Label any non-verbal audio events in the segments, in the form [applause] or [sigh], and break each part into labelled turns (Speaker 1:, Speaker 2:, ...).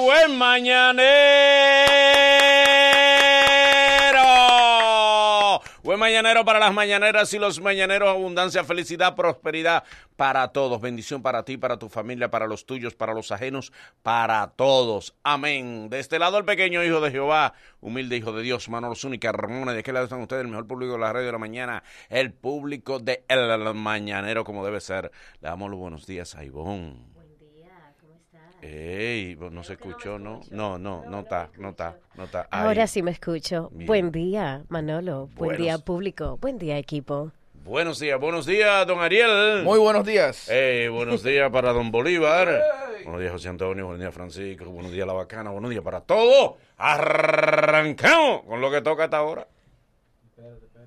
Speaker 1: Buen mañanero. Buen mañanero para las mañaneras y los mañaneros. Abundancia, felicidad, prosperidad para todos. Bendición para ti, para tu familia, para los tuyos, para los ajenos, para todos. Amén. De este lado el pequeño hijo de Jehová, humilde hijo de Dios, Manolo Zúñiga, Ramona. ¿De qué lado están ustedes? El mejor público de la radio de la mañana. El público de El Mañanero, como debe ser. Le damos los buenos días a Ivonne.
Speaker 2: Buen día, ¿cómo estás?
Speaker 1: Ey, vos no se
Speaker 2: Creo que no
Speaker 1: escuchó,
Speaker 2: me
Speaker 1: ¿no?
Speaker 2: escucho.
Speaker 1: No, no,
Speaker 2: No,
Speaker 1: no
Speaker 2: no
Speaker 1: está,
Speaker 2: me
Speaker 1: no está,
Speaker 2: escucho.
Speaker 1: no está.
Speaker 3: Ahora sí me escucho.
Speaker 1: Bien.
Speaker 3: Buen día, Manolo. Buen
Speaker 1: Buenos-
Speaker 3: día, público. Buen día, equipo.
Speaker 1: Buenos días, buenos días, don Ariel.
Speaker 4: Muy buenos días.
Speaker 1: Ey, buenos días para don Bolívar. Buenos días, José Antonio. Buenos días, Francisco. Buenos días, La Bacana. Buenos días para todos. Arrancamos con lo que toca hasta ahora.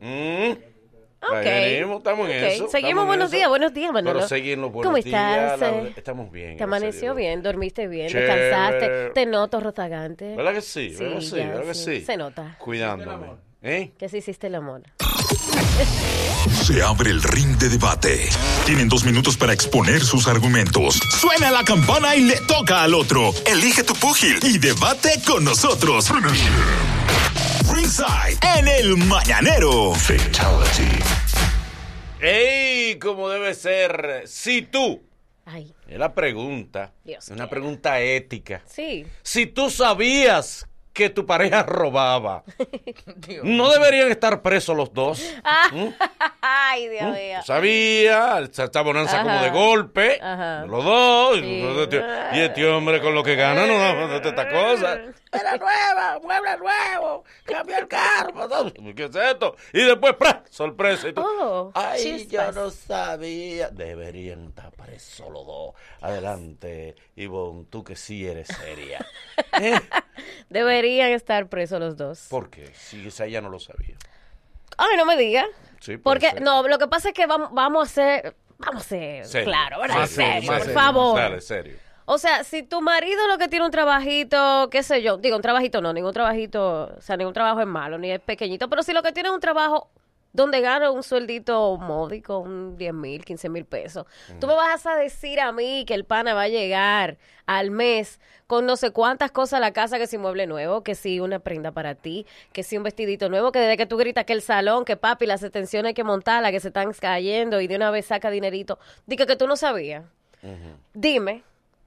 Speaker 1: Mm. Ahí venimos, estamos en
Speaker 3: Ok,
Speaker 1: eso. estamos
Speaker 3: Seguimos
Speaker 1: en
Speaker 3: buenos
Speaker 1: eso.
Speaker 3: días, buenos días, Manolo.
Speaker 1: Pero seguimos los buenos
Speaker 3: ¿Cómo
Speaker 1: días.
Speaker 3: estás?
Speaker 1: la-
Speaker 3: eh?
Speaker 1: Estamos bien.
Speaker 3: Te
Speaker 1: gracias a
Speaker 3: amaneció
Speaker 1: Dios.
Speaker 3: bien, dormiste bien,
Speaker 1: Chévere.
Speaker 3: descansaste. Te noto rozagante.
Speaker 1: ¿Verdad que sí?
Speaker 3: Sí,
Speaker 1: ¿Verdad que sí?
Speaker 3: ya,
Speaker 1: ¿Verdad que
Speaker 3: sí.
Speaker 1: sí?
Speaker 3: Se nota.
Speaker 1: Cuidándome. ¿Eh?
Speaker 3: Que sí hiciste el amor.
Speaker 5: Se abre el ring de debate. Tienen dos minutos para exponer sus argumentos. Suena la campana y le toca al otro. Elige tu púgil y debate con nosotros. Ringside en el mañanero. Fatality.
Speaker 1: ¡Ey! Como debe ser. Si tú,
Speaker 3: Ay,
Speaker 1: es la pregunta,
Speaker 3: Dios
Speaker 1: una
Speaker 3: quiera.
Speaker 1: pregunta ética.
Speaker 3: sí.
Speaker 1: Si tú sabías que tu pareja [laughs] robaba, ¿no deberían estar presos los dos?
Speaker 3: Ay,
Speaker 1: ¿Mm?
Speaker 3: Dios mío.
Speaker 1: Sabía, esta bonanza como de golpe,
Speaker 3: Ajá.
Speaker 1: los dos,
Speaker 3: Sí.
Speaker 1: y este hombre con lo que gana no da más de esta cosa. Era nueva, mueble nuevo, cambió el carro, todo. ¿qué es esto? Y después, ¡pra! sorpresa. Y tú,
Speaker 3: Oh,
Speaker 1: Ay, yo
Speaker 3: chispas.
Speaker 1: no sabía. Deberían estar presos los dos. Adelante, Ivonne, tú que sí eres
Speaker 3: [laughs]
Speaker 1: seria. ¿Eh?
Speaker 3: Deberían estar presos los dos.
Speaker 1: ¿Por qué? Si esa ya no lo sabía.
Speaker 3: Ay, no me digas.
Speaker 1: Sí, puede
Speaker 3: Porque,
Speaker 1: ser.
Speaker 3: no, lo que pasa es que vam- vamos a ser, vamos a ser,
Speaker 1: Serio.
Speaker 3: claro, ¿verdad?
Speaker 1: Más
Speaker 3: serio,
Speaker 1: serio,
Speaker 3: por
Speaker 1: más serio.
Speaker 3: favor.
Speaker 1: Dale, serio.
Speaker 3: O sea, si tu marido lo que tiene un trabajito, qué sé yo, digo, un trabajito no, ningún trabajito, o sea, ningún trabajo es malo, ni es pequeñito, pero si lo que tiene es un trabajo donde gana un sueldito módico, un 10 mil, 15 mil pesos, tú me vas a decir a mí que el pana va a llegar al mes con no sé cuántas cosas a la casa, que si mueble nuevo, que si una prenda para ti, que si un vestidito nuevo, que desde que tú gritas que el salón, que papi, las extensiones hay que montarlas, que se están cayendo y de una vez saca dinerito, digo que tú no sabías dime,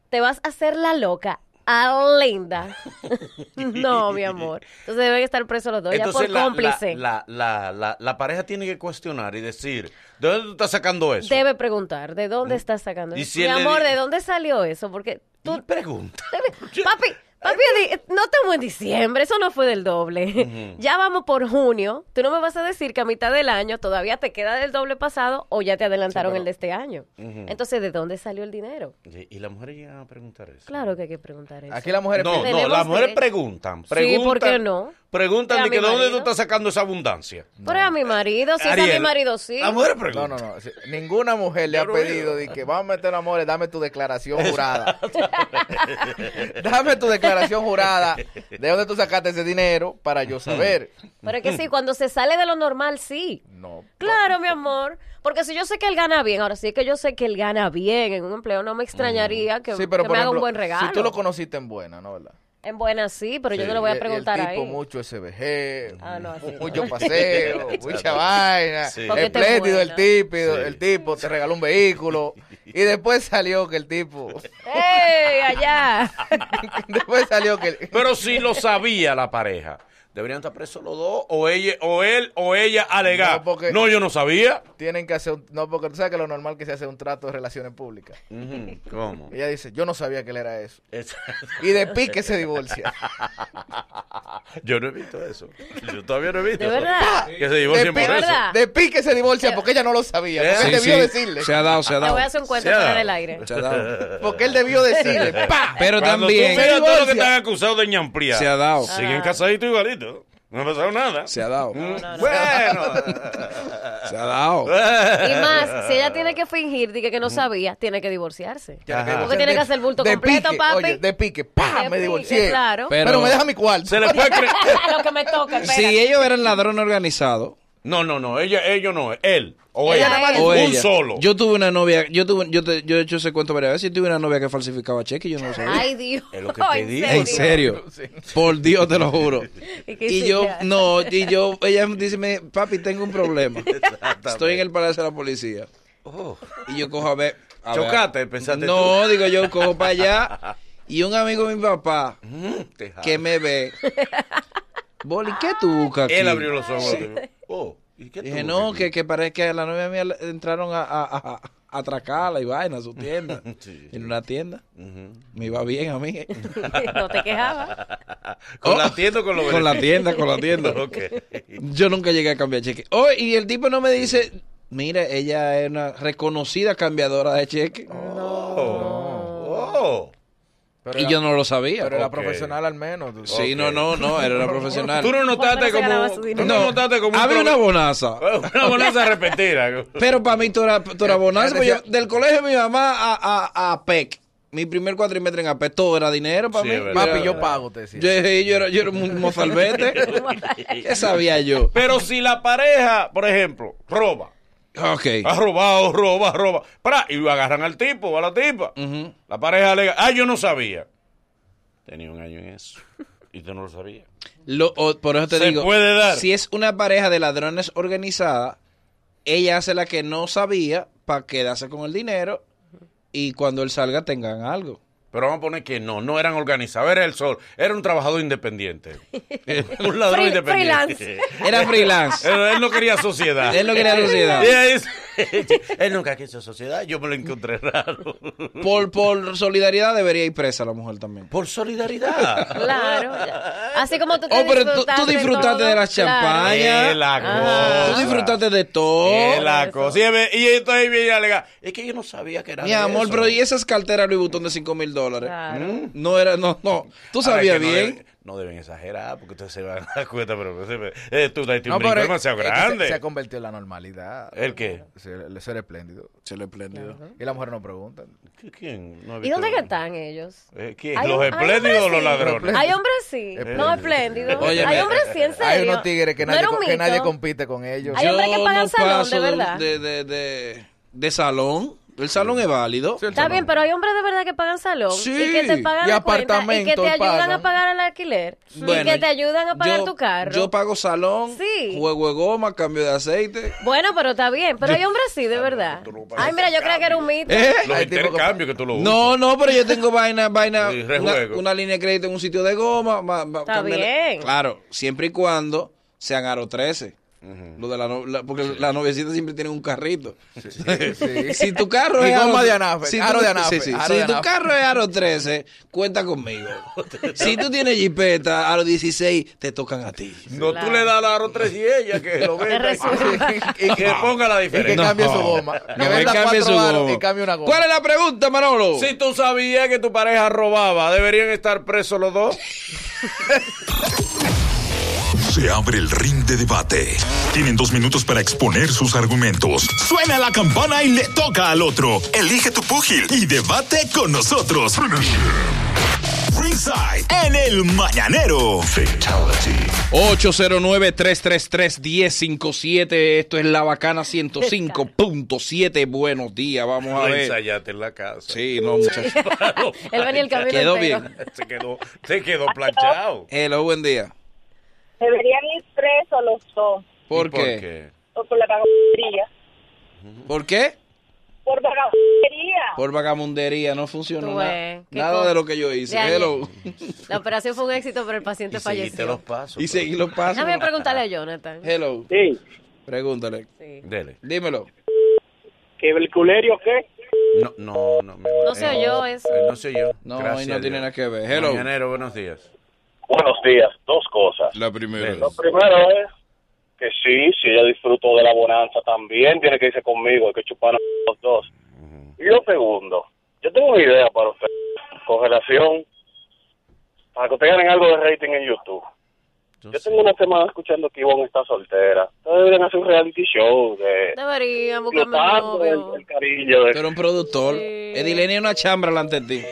Speaker 3: ¿te vas a hacer la loca? A
Speaker 1: [laughs]
Speaker 3: linda. [laughs] no, mi amor. Entonces deben estar presos los dos, ya por
Speaker 1: la,
Speaker 3: cómplice.
Speaker 1: La, la, la, la- la pareja tiene que cuestionar y decir, ¿de dónde tú estás sacando eso?
Speaker 3: Debe preguntar, ¿de dónde estás sacando
Speaker 1: ¿Y
Speaker 3: eso?
Speaker 1: si
Speaker 3: mi
Speaker 1: él le
Speaker 3: amor,
Speaker 1: di-
Speaker 3: ¿de dónde salió eso? Porque
Speaker 1: [laughs]
Speaker 3: tú...
Speaker 1: Y pregunta.
Speaker 3: Papi, papi, di- no estamos en diciembre, eso no fue del doble. Ya vamos por junio. Tú no me vas a decir que a mitad del año todavía te queda del doble pasado o ya te adelantaron el de este año. Entonces, ¿de dónde salió el dinero?
Speaker 1: Y, y las mujeres llegan a preguntar eso.
Speaker 3: Claro que hay que preguntar eso.
Speaker 4: Aquí las mujeres
Speaker 1: No,
Speaker 4: piden-
Speaker 1: no,
Speaker 3: Tenemos
Speaker 1: las mujeres
Speaker 3: derecho.
Speaker 1: preguntan,
Speaker 3: ¿por qué
Speaker 1: preguntan.
Speaker 3: no?
Speaker 1: Preguntan
Speaker 3: ¿Que a
Speaker 1: de que
Speaker 3: mi
Speaker 1: de dónde tú
Speaker 3: marido?
Speaker 1: estás sacando esa abundancia.
Speaker 3: Pero a mi marido, si es a
Speaker 1: Ariel, Ah,
Speaker 3: mi marido, sí.
Speaker 1: Las mujeres
Speaker 4: no,
Speaker 1: preguntan.
Speaker 4: no, no. Sí, Ninguna mujer le ha pedido de que vamos a meter amores, dame tu declaración jurada.
Speaker 1: [laughs]
Speaker 4: dame tu declaración jurada de dónde tú sacaste ese dinero para yo saber.
Speaker 3: Pero es que sí, cuando se sale de lo normal, sí.
Speaker 4: No.
Speaker 3: Claro, mi amor. Porque si yo sé que él gana bien, ahora sí que yo sé que él gana bien en un empleo, no me extrañaría que,
Speaker 4: Sí, pero
Speaker 3: que
Speaker 4: por
Speaker 3: me haga un
Speaker 4: ejemplo,
Speaker 3: buen regalo.
Speaker 4: Si tú lo conociste en buena, ¿no? ¿Verdad?
Speaker 3: En buena sí, pero yo no le voy
Speaker 4: Y-
Speaker 3: a
Speaker 4: y
Speaker 3: preguntar
Speaker 4: el
Speaker 3: ahí.
Speaker 4: tipo mucho SBG,
Speaker 3: Ah, no, así no.
Speaker 4: mucho
Speaker 1: [laughs]
Speaker 4: paseo, mucha vaina,
Speaker 1: Sí.
Speaker 3: Porque
Speaker 4: el
Speaker 3: te es
Speaker 4: pléndido del
Speaker 3: buena.
Speaker 4: tipo,
Speaker 1: Sí.
Speaker 4: el tipo te regaló un vehículo y después salió que el tipo, [laughs]
Speaker 3: ¡Ey, allá!
Speaker 4: después salió que el,
Speaker 1: Pero si lo sabía la pareja, ¿deberían estar presos los dos? ¿O, ella, o él o ella alegar? No,
Speaker 4: No, porque-
Speaker 1: yo no sabía.
Speaker 4: tienen que hacer un, no porque tú sabes que lo normal que se hace un trato de relaciones públicas
Speaker 1: Ujú,
Speaker 4: [laughs]
Speaker 1: ¿Cómo?
Speaker 4: ella dice yo no sabía que él era eso
Speaker 1: Es- [laughs]
Speaker 3: [laughs]
Speaker 4: y de pique se divorcia
Speaker 1: Yo no he visto eso. Yo todavía no he visto
Speaker 3: ¿De
Speaker 1: eso.
Speaker 3: verdad?
Speaker 1: Que se
Speaker 4: de
Speaker 1: divorcien por
Speaker 4: pique,
Speaker 1: eso.
Speaker 3: verdad?
Speaker 4: de pique se divorcia porque ella no lo sabía
Speaker 1: Eh,
Speaker 4: porque él
Speaker 1: sí,
Speaker 4: [laughs] debió decirle
Speaker 6: Se ha dado, se ha
Speaker 3: Te
Speaker 6: dado.
Speaker 3: voy a hacer un cuento
Speaker 1: Se ha
Speaker 3: fuera
Speaker 1: dado.
Speaker 4: ah.
Speaker 3: del aire.
Speaker 6: Se ha dado.
Speaker 4: porque él debió decirle
Speaker 1: eh,
Speaker 4: ¡pa!
Speaker 6: Pero
Speaker 1: Cuando
Speaker 6: también
Speaker 1: tú miras todo lo que
Speaker 4: Divorcia.
Speaker 1: están acusados de ñampliar.
Speaker 6: se ha dado.
Speaker 3: Ah.
Speaker 1: Siguen casaditos igualitos. No ha pasado nada.
Speaker 6: Se ha dado.
Speaker 1: Mm. Bueno.
Speaker 6: Se ha dado.
Speaker 3: Y más, si ella tiene que fingir de que, que no sabía, tiene que divorciarse.
Speaker 4: Tiene que
Speaker 1: Ajá.
Speaker 3: Porque tiene que hacer el bulto
Speaker 4: de
Speaker 3: completo,
Speaker 4: pique,
Speaker 3: papi. [laughs]
Speaker 4: oye, de pique
Speaker 3: De
Speaker 4: ¡pa! me
Speaker 3: pique,
Speaker 4: divorcié
Speaker 3: claro.
Speaker 4: pero,
Speaker 6: Pero
Speaker 4: me deja mi cuarto
Speaker 1: [laughs] Se le puede creer.
Speaker 3: lo que me toca, espérate.
Speaker 6: Si ellos eran ladrones organizados,
Speaker 1: No, no, no, ella, ellos no, él. O
Speaker 3: Ella
Speaker 1: ella,
Speaker 3: nada más
Speaker 1: un
Speaker 3: dijo-
Speaker 2: O ella.
Speaker 1: solo.
Speaker 2: Yo tuve una novia, yo tuve, yo, te- yo he hecho ese cuento varias veces, yo tuve una novia que falsificaba cheques y yo no lo sabía.
Speaker 3: Ay, Dios.
Speaker 1: Es lo que te
Speaker 3: ¿En
Speaker 1: digo.
Speaker 3: [laughs]
Speaker 2: en serio, por Dios te lo juro.
Speaker 3: ¿Y qué
Speaker 2: Y
Speaker 3: hiciste?
Speaker 2: yo, no, y yo, ella dice, me, papi, tengo
Speaker 3: [laughs]
Speaker 2: un problema. Estoy en el Palacio de la Policía.
Speaker 1: Oh.
Speaker 2: Y yo cojo a ver. a ver-
Speaker 1: Chocaste, pensaste
Speaker 2: No, digo yo, cojo
Speaker 1: [laughs]
Speaker 2: para allá. Y un amigo de mi papá
Speaker 1: Mm, te jala.
Speaker 2: que me ve. Boli, ¿qué tú buscas aquí?
Speaker 1: Él abrió los ojos. Oh, ¿y qué
Speaker 2: Dije,
Speaker 1: tú,
Speaker 2: no,
Speaker 1: Ricky?
Speaker 2: que, que parece que la novia mía le- entraron a, a- a- a atracarla y vaina a su tienda.
Speaker 1: [laughs] Sí.
Speaker 2: En una tienda.
Speaker 1: Ujú.
Speaker 2: Me iba bien a mí. eh.
Speaker 3: [laughs] no te quejabas.
Speaker 1: ¿Con
Speaker 2: Oh.
Speaker 1: la tienda o [laughs] con los
Speaker 2: Con la tienda, con la tienda.
Speaker 1: beneficios? [laughs]
Speaker 3: [laughs]
Speaker 1: Ok.
Speaker 2: Yo nunca llegué a cambiar cheque. Oh, y el tipo no me dice, mira, ella es una reconocida cambiadora de cheque.
Speaker 1: Oh.
Speaker 4: Pero
Speaker 2: Y
Speaker 4: era-
Speaker 2: yo no lo sabía.
Speaker 4: Pero era
Speaker 1: Ok.
Speaker 4: profesional al menos. tú-
Speaker 2: Sí,
Speaker 1: Ok.
Speaker 2: no, no, no, era una profesional.
Speaker 1: Tú no notaste
Speaker 3: Porque no se ganaba
Speaker 1: como.
Speaker 3: su
Speaker 1: Tú
Speaker 3: dinero.
Speaker 1: no, notaste como. un
Speaker 2: Había una
Speaker 1: pro-
Speaker 2: bonaza.
Speaker 1: [laughs] Una bonanza repetida.
Speaker 2: Pero para mí, tú eras tú
Speaker 1: Eh,
Speaker 2: eras bonaza.
Speaker 4: ya
Speaker 2: porque
Speaker 4: decía-
Speaker 2: yo- del colegio de mi mamá a, a, a APEC, mi primer cuatrimestre en APEC, todo era dinero para
Speaker 1: Sí, es
Speaker 2: mí.
Speaker 1: verdad.
Speaker 4: Papi,
Speaker 2: Era-
Speaker 4: yo pago, te decía.
Speaker 2: Yo, yo era, yo era
Speaker 1: [laughs]
Speaker 2: un
Speaker 4: [laughs]
Speaker 2: mozalbete. ¿Qué sabía yo?
Speaker 1: Pero si la pareja, por ejemplo, roba.
Speaker 2: Ok.
Speaker 1: Ha robado, roba, roba. Pra, y lo agarran al tipo o a la tipa. La pareja alega, ah, yo no sabía. Tenía un año en eso. Y tú no lo sabías.
Speaker 2: Lo- o- por eso te
Speaker 1: Se
Speaker 2: digo,
Speaker 1: puede dar.
Speaker 2: si es una pareja de ladrones organizada, ella hace la que no sabía para quedarse con el dinero y cuando él salga tengan algo.
Speaker 1: Pero vamos a poner que no, no eran organizados, era el sol, era un trabajador
Speaker 2: [laughs]
Speaker 1: independiente. un ladrón
Speaker 3: Free-
Speaker 1: independiente.
Speaker 2: Era
Speaker 1: [laughs]
Speaker 2: freelance.
Speaker 1: Él, él no quería sociedad.
Speaker 2: Él no quería
Speaker 1: [laughs]
Speaker 2: sociedad.
Speaker 1: Y ahí
Speaker 2: [laughs]
Speaker 1: dice, [laughs] él nunca quiso sociedad, yo me lo encontré raro.
Speaker 2: Por, por solidaridad debería ir presa la mujer también.
Speaker 1: Por solidaridad.
Speaker 3: Claro. Así como tú te
Speaker 2: Oh, pero tú- tú disfrutaste
Speaker 3: todo,
Speaker 2: de las
Speaker 3: claro.
Speaker 2: champañas.
Speaker 1: Es la
Speaker 3: Ajá.
Speaker 1: cosa.
Speaker 2: Tú disfrutaste de todo.
Speaker 1: Ah. Es la cosa. Y, él- y entonces viene a alegar, es que yo no sabía que era
Speaker 2: Mi
Speaker 1: de
Speaker 2: amor,
Speaker 1: eso. Mm.
Speaker 2: pero ¿y esas carteras Louis Vuitton de 5 mil dólares?
Speaker 3: Claro.
Speaker 2: No era, no, no.
Speaker 1: Ahora,
Speaker 2: Tú
Speaker 1: es
Speaker 2: sabías
Speaker 1: que no
Speaker 2: bien.
Speaker 1: deben- no deben exagerar porque ustedes se van a dar cuenta, pero se ve- eh, tú diste un
Speaker 4: No,
Speaker 1: brinco
Speaker 4: pero es-
Speaker 1: demasiado
Speaker 4: es que se-
Speaker 1: grande. Eh.
Speaker 4: Se, ha convertido en la normalidad.
Speaker 1: ¿El qué?
Speaker 4: Ser, ser espléndido.
Speaker 2: Se le espléndido.
Speaker 4: Y las mujeres no preguntan.
Speaker 1: ¿Quién? No ha
Speaker 3: ¿Y
Speaker 1: visto-
Speaker 3: dónde que están ellos?
Speaker 1: Eh, ¿quién?
Speaker 3: Hay
Speaker 1: ¿Los
Speaker 3: un- hay
Speaker 1: espléndidos o los
Speaker 3: hombres, sí.
Speaker 1: ladrones?
Speaker 3: Hay hombres sí, no espléndidos.
Speaker 2: Óyeme.
Speaker 3: hay hombres sí, en serio.
Speaker 4: Hay unos tigres que
Speaker 3: No
Speaker 4: nadie,
Speaker 3: era un
Speaker 4: co- que
Speaker 3: mito.
Speaker 4: nadie compite con ellos.
Speaker 3: Hay
Speaker 2: Yo
Speaker 3: hombres que pagan salón, de verdad.
Speaker 2: De, de, de- de salón. El salón es válido.
Speaker 3: Está bien, pero hay hombres de verdad que pagan salón
Speaker 2: Sí,
Speaker 3: y que te pagan
Speaker 4: y
Speaker 3: la cuenta y que te
Speaker 4: apartamentos
Speaker 3: ayudan
Speaker 4: pagan.
Speaker 3: a pagar el alquiler y
Speaker 2: Bueno,
Speaker 3: que te ayudan a pagar
Speaker 2: yo-
Speaker 3: tu carro.
Speaker 2: Yo pago salón,
Speaker 3: Sí.
Speaker 2: juego de goma, cambio de aceite.
Speaker 3: Bueno, pero está bien, pero hay hombres sí, de verdad. Ay, mira, yo creía que era un mito.
Speaker 2: ¿Eh?
Speaker 1: Los
Speaker 4: Hay tipo que-
Speaker 1: intercambios que tú lo usas.
Speaker 2: No, no, pero yo tengo
Speaker 4: [laughs]
Speaker 2: vaina, vaina,
Speaker 1: Sí,
Speaker 2: una,
Speaker 1: rejuego.
Speaker 2: una línea de crédito en un sitio de goma. ma- ma-
Speaker 3: Está
Speaker 2: cambio-
Speaker 3: bien.
Speaker 2: Claro, siempre y cuando sean aro 13. Lo de la, no- la- porque la noviecita siempre tiene un carrito.
Speaker 4: sí.
Speaker 2: si tu carro
Speaker 4: [laughs] Y
Speaker 2: es
Speaker 4: goma
Speaker 2: aro-
Speaker 4: de anafe,
Speaker 2: si
Speaker 4: aro
Speaker 2: tu-
Speaker 4: de anafe,
Speaker 2: sí, sí.
Speaker 4: aro
Speaker 2: Si
Speaker 4: de
Speaker 2: tu
Speaker 4: anafe.
Speaker 2: carro es aro 13, cuenta
Speaker 4: [laughs]
Speaker 2: conmigo. si tú tienes jipeta, aro 16, te tocan a ti.
Speaker 1: No,
Speaker 3: Claro.
Speaker 1: tú le das a la aro 3 y ella que
Speaker 3: [laughs]
Speaker 1: lo
Speaker 3: Te
Speaker 1: venda.
Speaker 3: resuelve.
Speaker 1: [laughs] y que ponga la
Speaker 4: Y que
Speaker 1: diferencia.
Speaker 4: cambie su goma.
Speaker 2: No,
Speaker 4: que
Speaker 2: que
Speaker 4: venda
Speaker 2: cambie su
Speaker 4: cuatro aros
Speaker 2: goma.
Speaker 4: y cambie una goma.
Speaker 2: ¿Cuál es la pregunta, Manolo?
Speaker 1: Si tú sabías que tu pareja robaba, ¿deberían estar presos los dos?
Speaker 5: Se abre el ring de debate. Tienen dos minutos para exponer sus argumentos. Suena la campana y le toca al otro. Elige tu púgil y debate con nosotros. Ringside en el mañanero.
Speaker 2: 809-333-1057. Esto es La Bacana 105.7. Buenos días, vamos a
Speaker 1: Lo
Speaker 2: ver.
Speaker 1: ensayaste en la casa.
Speaker 2: Sí,
Speaker 3: [laughs]
Speaker 2: no, muchachos.
Speaker 3: Él venía el camino
Speaker 2: Quedó
Speaker 3: entero.
Speaker 2: bien.
Speaker 1: [laughs] Se quedó, se quedó planchado.
Speaker 2: Hello, buen día.
Speaker 6: Deberían ir presos los dos
Speaker 2: ¿Por
Speaker 1: ¿Y
Speaker 2: qué?
Speaker 6: por la vagabundería.
Speaker 2: ¿Por qué?
Speaker 6: Por vagabundería.
Speaker 2: Por vagabundería, no funcionó
Speaker 3: Tú
Speaker 2: nada.
Speaker 3: ves, qué
Speaker 2: Nada
Speaker 3: cosa.
Speaker 2: de lo que yo hice.
Speaker 3: De ayer.
Speaker 2: Hello.
Speaker 3: La operación fue un éxito, pero el paciente
Speaker 1: Y seguiste
Speaker 3: falleció.
Speaker 1: los pasos.
Speaker 2: [laughs] Y seguí los pasos.
Speaker 3: Déjame preguntarle a Jonathan.
Speaker 2: Hello.
Speaker 7: Sí,
Speaker 2: Pregúntale.
Speaker 3: Sí.
Speaker 1: Dele.
Speaker 2: Dímelo.
Speaker 7: que el culerio qué.
Speaker 1: No, no, no. mi amor.
Speaker 3: No se
Speaker 1: Eh,
Speaker 3: oyó eso.
Speaker 1: eh, No se oyó.
Speaker 2: No,
Speaker 1: Gracias
Speaker 2: ahí no
Speaker 1: a Dios.
Speaker 2: tiene nada que ver. Hello.
Speaker 1: Mañanero, buenos días.
Speaker 8: Buenos días, dos cosas.
Speaker 2: La primera.
Speaker 1: Hello.
Speaker 8: Primero es que sí, si ella disfrutó de la bonanza también, tiene que irse conmigo, hay que chupar los dos. Y lo segundo, yo tengo una idea para usted, con relación para que ustedes ganen algo de rating en YouTube. Yo tengo una semana escuchando que Ivonne está soltera. Ustedes deberían hacer un reality show de
Speaker 3: Debería buscarme un
Speaker 8: flotando el,
Speaker 3: novio.
Speaker 8: el cariño. De...
Speaker 2: Tú eres un productor.
Speaker 3: Sí.
Speaker 2: Edilenia una chambra delante de ti.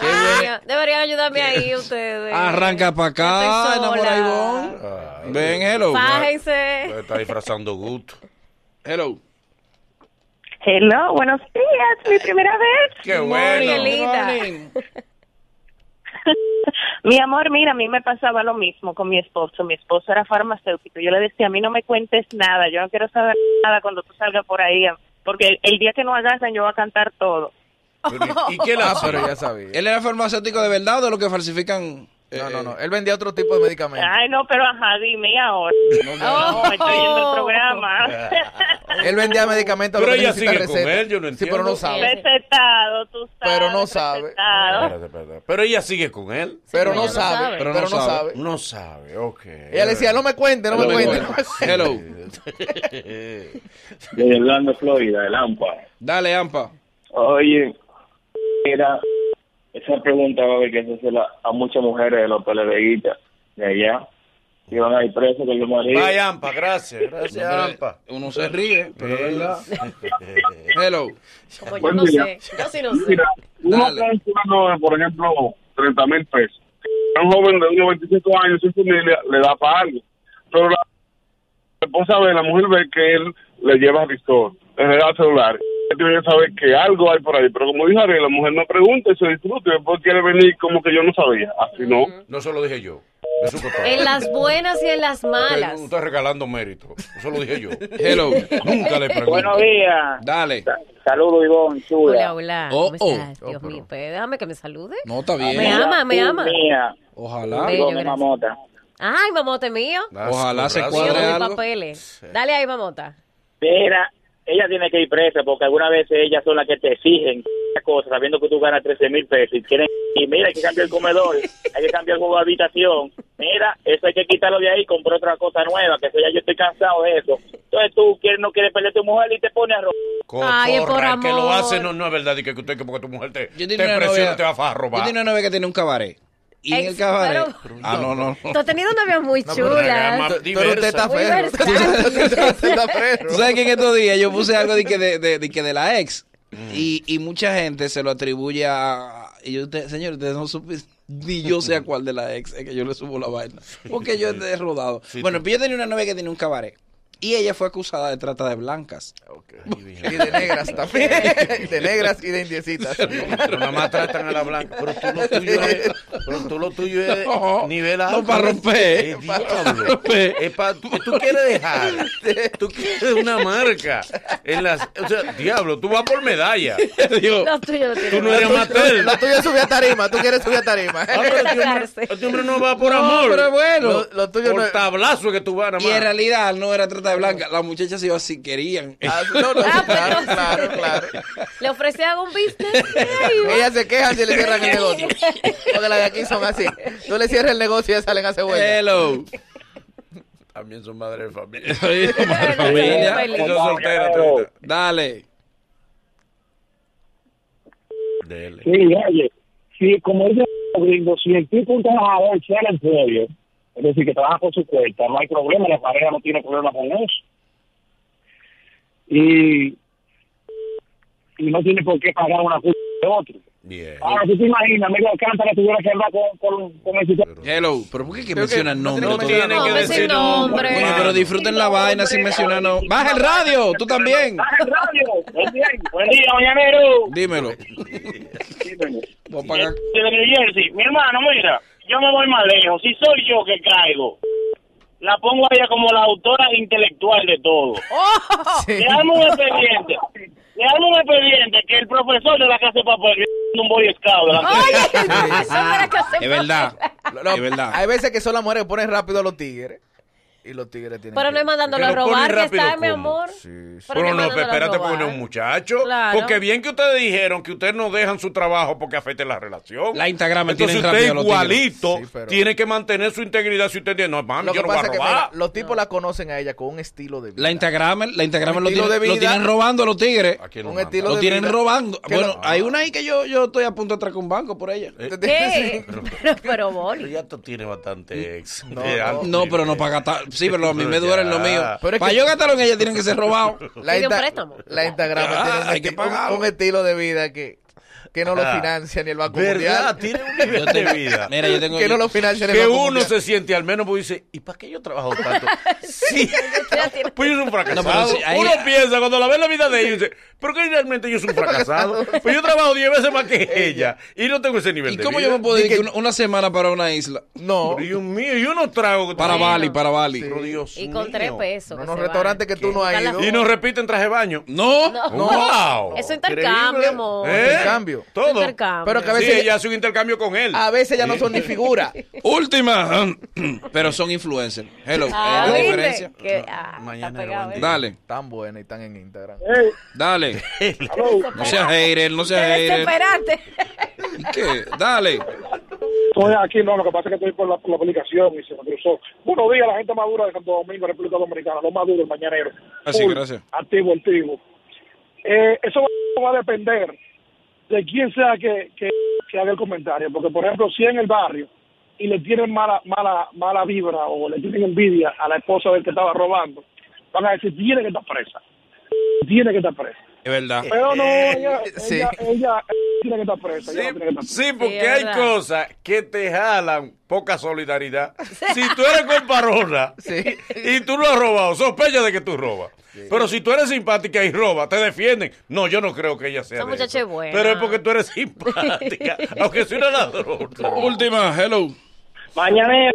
Speaker 3: Ay, Ah, deberían ayudarme ahí ustedes.
Speaker 2: Arranca para acá,
Speaker 3: Yo estoy sola.
Speaker 2: enamora a Ivonne.
Speaker 1: Ah,
Speaker 2: Ven, hello.
Speaker 3: Fájense.
Speaker 1: Está disfrazando
Speaker 3: [laughs]
Speaker 1: gusto.
Speaker 2: Hello.
Speaker 6: Hello, buenos días, mi primera vez.
Speaker 1: Qué bueno.
Speaker 3: Angelita.
Speaker 6: Mi amor, mira, a mí me pasaba lo mismo con mi esposo. Mi esposo era farmacéutico. Yo le decía, a mí no me cuentes nada, yo no quiero saber nada cuando tú salgas por ahí, porque el día que no agarran yo voy a cantar todo.
Speaker 1: ¿Y qué la
Speaker 4: Ah, pero ya sabía.
Speaker 2: ¿Él era farmacéutico de verdad o de los que falsifican?
Speaker 4: No,
Speaker 2: eh,
Speaker 4: no, no. Él vendía otro tipo de medicamentos.
Speaker 1: Ah,
Speaker 6: Ay, no, pero ajá, dime ahora. No, me estoy yendo el programa.
Speaker 4: Él vendía medicamentos.
Speaker 1: ah, Pero
Speaker 4: lo que
Speaker 1: ella
Speaker 4: necesita
Speaker 1: sigue con
Speaker 4: receta.
Speaker 1: él, yo no entiendo.
Speaker 4: Sí, pero no sabe.
Speaker 6: Recetado, tú sabes.
Speaker 4: Pero no sabe.
Speaker 6: recetado.
Speaker 1: Espérate, espérate. Pero ella sigue con él.
Speaker 4: Pero
Speaker 3: pero
Speaker 4: no
Speaker 3: no
Speaker 4: sabe.
Speaker 3: sabe.
Speaker 4: Pero no sabe.
Speaker 1: No sabe, ok.
Speaker 4: Ella le decía, no me cuente, no me
Speaker 2: Hello.
Speaker 4: cuente. [laughs]
Speaker 1: [laughs]
Speaker 2: Hello.
Speaker 8: De Orlando, Florida, de Lampa.
Speaker 2: Dale, Ampa.
Speaker 8: Oye, mira, esa pregunta va a haber que hacerla a muchas mujeres de los peledeguitas de allá. Que van a ir presos con los maridos.
Speaker 1: Vaya, Ampa, gracias. Gracias, Ampa. Eh,
Speaker 2: Uno se ríe, pero es verdad. Hello.
Speaker 3: Como yo
Speaker 8: Buen
Speaker 3: no
Speaker 8: día.
Speaker 3: sé. Yo sí no sé.
Speaker 8: Mira, uno
Speaker 2: Dale.
Speaker 8: con una, por ejemplo, 30 mil pesos. A un joven de unos 25 años sin familia le da para algo. Pero la esposa ve, la mujer ve que él le lleva ristor, le regala celular. Él tiene que saber que algo hay por ahí. Pero como dijo Ariel, la mujer no pregunta y se disfruta. Y después quiere venir como que yo no sabía. Así no.
Speaker 1: No se lo dije yo. Eso es total.
Speaker 3: En las buenas y en las malas.
Speaker 1: Usted está regalando mérito. Eso lo dije yo.
Speaker 2: Hello.
Speaker 1: Nunca le pregunto.
Speaker 7: días.
Speaker 2: Dale.
Speaker 7: Saludos, Ivonne,
Speaker 3: Hola, hola.
Speaker 2: Oh,
Speaker 3: ¿Cómo estás?
Speaker 2: oh.
Speaker 3: Dios mío, pues, déjame que me salude.
Speaker 2: No, está
Speaker 3: Me
Speaker 2: bien.
Speaker 3: Mira. ama, me ama.
Speaker 7: Mía,
Speaker 2: Ojalá.
Speaker 3: Bello, gracias.
Speaker 7: mamota.
Speaker 3: Ay, mamote mío.
Speaker 1: Asco,
Speaker 2: Ojalá se
Speaker 1: gracias.
Speaker 2: cuadre
Speaker 3: Llevo mis
Speaker 2: algo.
Speaker 3: papeles. Dale ahí, mamota.
Speaker 7: Mira, ella tiene que ir presa porque algunas veces ellas son las que te exigen cosas, sabiendo que tú ganas 13 mil pesos y quieren, y mira, hay que cambiar el comedor, hay que cambiar el juego de habitación. Mira, eso hay que quitarlo de ahí y comprar otra cosa nueva, que eso ya yo estoy cansado de eso. Entonces tú quieres, no quieres perder tu mujer y te pones a robar.
Speaker 1: Cotorra,
Speaker 3: Ay, es por
Speaker 1: el que lo
Speaker 3: amor.
Speaker 1: hace no, no es verdad. Y que usted, que porque tu mujer te, te
Speaker 2: Yo tenía una
Speaker 1: presiona,
Speaker 2: novia.
Speaker 1: te va a robar.
Speaker 2: Yo tenía una novia que tiene un cabaret. Y en
Speaker 3: Ex-
Speaker 2: el cabaret.
Speaker 3: pero-
Speaker 2: Ah, no, no.
Speaker 3: Tú has tenido novias muy chulas.
Speaker 1: Más
Speaker 4: Pero usted está
Speaker 1: diversa.
Speaker 3: Muy
Speaker 4: feo.
Speaker 2: [laughs]
Speaker 3: versátil.
Speaker 4: Usted está
Speaker 2: ¿Tú
Speaker 4: feo.
Speaker 2: sabes que en estos días yo puse algo de que de, de- de que de la ex?
Speaker 1: Mm.
Speaker 2: Y, y mucha gente se lo atribuye a... Y yo, "Usted- señor, ustedes no supe... Ni yo sé a cuál de la ex es que yo le subo la vaina. Porque yo he rodado.
Speaker 1: Sí,
Speaker 2: bueno,
Speaker 1: tú-
Speaker 2: pues yo tenía una novia que tenía un cabaret. Y ella fue acusada de trata de blancas.
Speaker 4: [laughs] Y de
Speaker 1: [laughs]
Speaker 4: negras también. De negras y de indiecitas.
Speaker 1: Pero nada más tratan a la blanca. Pero tú lo tuyo es, pero tú lo tuyo
Speaker 4: [laughs]
Speaker 1: es
Speaker 2: No,
Speaker 1: nivel
Speaker 2: no
Speaker 1: alto.
Speaker 2: pa' romper,
Speaker 1: Es
Speaker 2: pa'
Speaker 1: diablo.
Speaker 2: romper.
Speaker 1: Es pa- tú, tú quieres dejar. Tú quieres una marca. En las, o sea, diablo, tú vas por
Speaker 4: [laughs]
Speaker 1: medalla.
Speaker 2: Digo,
Speaker 3: Los tuyos no
Speaker 1: Tú
Speaker 3: tienen.
Speaker 1: no eres Matel.
Speaker 4: La tuya es subir a tarima. Tú quieres subir a tarima.
Speaker 1: Ah, pero este hombre, este hombre no va por amor.
Speaker 2: pero bueno.
Speaker 4: Lo, lo tuyo no
Speaker 1: por
Speaker 4: es.
Speaker 1: tablazo que tú vas nada
Speaker 2: y en
Speaker 1: más.
Speaker 2: realidad no era trata de blancas. Las muchachas iban si querían.
Speaker 4: [laughs] Ah, no, no,
Speaker 3: Ah,
Speaker 4: claro,
Speaker 3: pero-
Speaker 4: claro, claro.
Speaker 3: Le ofrecían un business. Ay,
Speaker 4: Ellas se quejan si le cierran el negocio. Porque las de aquí son así. Tú le cierras el negocio y ellas salen a hacer huelga.
Speaker 2: Hello.
Speaker 1: También son madres de familia. [laughs]
Speaker 2: Oye, madre
Speaker 3: Bueno,
Speaker 2: mía.
Speaker 3: feliz.
Speaker 1: Son solteras toditas.
Speaker 2: Dale.
Speaker 1: Dele.
Speaker 7: Sí, oye, si como dice el gringo, si el tipo un trabajador sea el empleo, es decir, que trabaja por su cuenta, no hay problema, la pareja no tiene problema con eso. Y, y no tiene por qué pagar una culpa de otro.
Speaker 1: Bien.
Speaker 7: Ahora, tú te imaginas, Miguel Alcántara tuviera que andar con, con, con el sistema.
Speaker 2: Hello. ¿Pero por qué que
Speaker 4: Creo que
Speaker 2: mencionan
Speaker 4: no
Speaker 2: nombres?
Speaker 1: No
Speaker 4: tiene
Speaker 2: todo el
Speaker 1: tiene
Speaker 3: No,
Speaker 1: que
Speaker 3: hombre,
Speaker 1: decir
Speaker 3: sin nombre.
Speaker 2: Bueno, pero disfruten la vaina sin mencionar no. Baja el radio, tú también.
Speaker 7: ¡Ah, el radio! Buen día, buen día, mañanero.
Speaker 2: Dímelo. Voy a pagar.
Speaker 7: de New Jersey. Mi hermano, mira, yo me voy más lejos. Si soy yo que caigo, la pongo a ella como la autora intelectual de todo. Le damos un expediente. Le damos un expediente que el profesor de la casa de papel es un boy scout. [laughs] de la-
Speaker 3: Ah. Oye, eso era que se-
Speaker 2: Es verdad.
Speaker 4: Lo- lo-
Speaker 2: Es verdad.
Speaker 4: Hay veces que son las mujeres que ponen rápido a los tigres. Y los tigres tienen.
Speaker 3: Pero no
Speaker 4: que-
Speaker 3: es mandándolo
Speaker 1: Que
Speaker 3: a
Speaker 1: lo ponen
Speaker 3: robar que
Speaker 1: rápido,
Speaker 3: está, mi
Speaker 1: ¿cómo?
Speaker 3: amor.
Speaker 4: Sí, sí.
Speaker 3: no
Speaker 1: Pero
Speaker 3: es
Speaker 1: no,
Speaker 3: mandándolo a
Speaker 1: espérate, porque
Speaker 3: robar.
Speaker 1: no es un [laughs] muchacho.
Speaker 3: Claro.
Speaker 1: Porque bien que ustedes dijeron que ustedes no dejan su trabajo porque afecte la relación.
Speaker 2: La Instagram me
Speaker 1: Entonces
Speaker 2: tienen
Speaker 1: usted
Speaker 2: rápido los tigres.
Speaker 1: igualito
Speaker 4: Sí, pero-
Speaker 1: tiene que mantener su integridad si usted dice, no, mami,
Speaker 4: Lo
Speaker 1: yo
Speaker 4: que
Speaker 1: no voy a
Speaker 4: pasa es que mira,
Speaker 1: robar.
Speaker 4: los tipos la conocen a ella con un estilo de vida.
Speaker 2: La Instagram, la Instagram
Speaker 4: Un
Speaker 2: lo
Speaker 4: estilo
Speaker 2: tienen,
Speaker 4: de
Speaker 2: lo
Speaker 4: vida.
Speaker 2: tienen robando a los tigres.
Speaker 1: ¿A quién
Speaker 4: un
Speaker 1: manda?
Speaker 4: estilo
Speaker 2: Lo
Speaker 4: de
Speaker 2: tienen
Speaker 4: vida.
Speaker 2: robando.
Speaker 4: Que
Speaker 2: Bueno,
Speaker 4: lo-
Speaker 2: hay una ahí que yo, yo estoy a punto de atracar un banco por ella.
Speaker 1: Eh,
Speaker 3: ¿Qué?
Speaker 4: [laughs] ¿Qué?
Speaker 3: [laughs] Pero, pero,
Speaker 1: Pero
Speaker 3: Boli.
Speaker 1: ya tú tienes bastante
Speaker 4: [laughs]
Speaker 1: ex.
Speaker 4: No,
Speaker 1: de
Speaker 4: no.
Speaker 1: alto
Speaker 2: No, pero no
Speaker 1: nivel.
Speaker 2: para gastar. Sí, pero a mí me duele lo mío.
Speaker 4: Pero es
Speaker 2: Para
Speaker 4: que-
Speaker 2: yo gastarlo en ella tienen [laughs] que ser robados.
Speaker 4: La,
Speaker 3: Pide un
Speaker 4: Insta-
Speaker 3: préstamo.
Speaker 4: la Instagram
Speaker 2: Ah,
Speaker 4: tiene un
Speaker 2: hay
Speaker 4: esti-
Speaker 2: que pagarlo.
Speaker 4: un, un estilo de vida que. que no lo financia ni el Banco
Speaker 1: ¿Verdad? [laughs]
Speaker 4: Mundial.
Speaker 1: Tiene un nivel de vida.
Speaker 2: Mira, yo tengo.
Speaker 4: Que no
Speaker 2: yo-
Speaker 4: lo financia ni el
Speaker 1: que
Speaker 4: Banco
Speaker 1: uno
Speaker 4: Mundial.
Speaker 1: se siente al menos porque dice, ¿y para qué yo
Speaker 2: [laughs]
Speaker 1: trabajo tanto? sí, [laughs] pues yo soy un fracasado.
Speaker 2: No, pero sí, ahí-
Speaker 1: uno piensa, cuando la ve la vida de ellos, dice, ¿pero qué realmente yo soy un
Speaker 2: [laughs]
Speaker 1: fracasado? Pues yo trabajo 10 veces más que ella y no tengo ese nivel
Speaker 2: ¿Y
Speaker 1: de
Speaker 2: cómo
Speaker 1: vida.
Speaker 2: yo me puedo dedicar una, una semana para una isla?
Speaker 4: No,
Speaker 1: Dios mío, yo no trago. que
Speaker 2: Para
Speaker 1: trago.
Speaker 2: Bali, para Bali.
Speaker 1: Pero Dios
Speaker 3: Y con
Speaker 1: mío.
Speaker 3: tres pesos.
Speaker 4: no,
Speaker 3: que
Speaker 4: no,
Speaker 3: se
Speaker 4: restaurantes que
Speaker 3: van.
Speaker 4: tú no has
Speaker 3: Buscar
Speaker 4: ido.
Speaker 3: la-
Speaker 1: Y nos repiten traje de baño.
Speaker 2: No.
Speaker 3: No.
Speaker 1: ¡Wow!
Speaker 3: Eso es intercambio,
Speaker 1: Increíble.
Speaker 3: amor.
Speaker 1: ¿Eh?
Speaker 4: Intercambio.
Speaker 1: Todo.
Speaker 3: Intercambio.
Speaker 4: Pero que a
Speaker 1: Sí,
Speaker 4: veces,
Speaker 1: ella hace un intercambio con él.
Speaker 4: a veces ya no son ni figuras.
Speaker 2: Última. [clears throat] Pero son influencers. Hello.
Speaker 3: Ah,
Speaker 2: es Eh, la
Speaker 3: ¿viste?
Speaker 2: diferencia.
Speaker 3: Que- ah,
Speaker 1: Mañana
Speaker 3: está pegado,
Speaker 1: era
Speaker 3: ¿eh?
Speaker 2: Dale,
Speaker 4: Tan buenas y tan en Instagram.
Speaker 8: Hey,
Speaker 2: dale.
Speaker 8: aló.
Speaker 2: No seas hater, no
Speaker 3: Te
Speaker 2: seas hater.
Speaker 3: desesperaste.
Speaker 2: ¿Qué? Dale.
Speaker 8: Estoy aquí, no, lo que pasa es que estoy por la, por la aplicación y se me cruzó. Buenos días, la gente madura de Santo Domingo, República Dominicana, los maduros, el mañanero.
Speaker 2: Así,
Speaker 8: Full,
Speaker 2: gracias.
Speaker 8: Activo, activo. Eh, eso va- va a depender de quién sea que, que, que haga el comentario, porque por ejemplo, si en el barrio y le tienen mala, mala, mala vibra o le tienen envidia a la esposa del que estaba robando, van a decir, tiene que estar presa, tiene que estar presa.
Speaker 2: Es verdad.
Speaker 8: Pero no, ella,
Speaker 4: Sí.
Speaker 8: ella, ella tiene que estar presa. ella no tiene que estar presa.
Speaker 1: Sí, porque
Speaker 3: es
Speaker 1: hay
Speaker 3: verdad.
Speaker 1: cosas que te jalan poca solidaridad. Si tú eres comparona
Speaker 4: Sí.
Speaker 1: y tú no has robado, sospecha de que tú robas. Pero si tú eres simpática y robas, te defienden. No, yo no creo que ella sea.
Speaker 3: Esa
Speaker 1: de eso.
Speaker 3: muchacha es buena.
Speaker 1: Pero es porque tú eres [laughs] simpática, aunque sea una ladrona.
Speaker 2: Última, hello.
Speaker 7: Mañanero,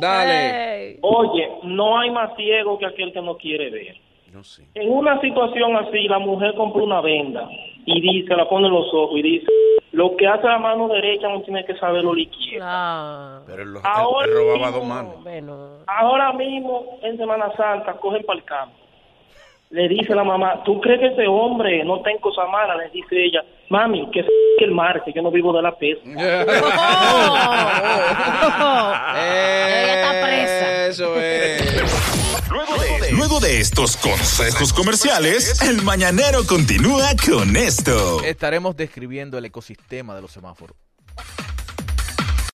Speaker 2: Dale.
Speaker 3: Ey.
Speaker 7: oye, no hay más ciego que aquel que no quiere ver. En una situación así, la mujer compra una venda y dice, la pone en los ojos y dice, lo que hace la mano derecha no tiene que saber lo izquierda.
Speaker 3: Ah,
Speaker 1: Pero él, lo- él-
Speaker 7: Ahora
Speaker 1: él robaba
Speaker 7: mismo.
Speaker 1: dos manos.
Speaker 3: bueno.
Speaker 7: Ahora mismo, en Semana Santa, cogen para el campo. Le dice la mamá, ¿tú crees que ese hombre no está en cosa mala? Le dice ella, mami, que se que el mar, que yo no vivo de la pesca.
Speaker 2: [laughs]
Speaker 3: Ella está presa.
Speaker 2: Eso es.
Speaker 5: Luego de estos consejos comerciales, el mañanero continúa con esto.
Speaker 4: Estaremos describiendo el ecosistema de los semáforos.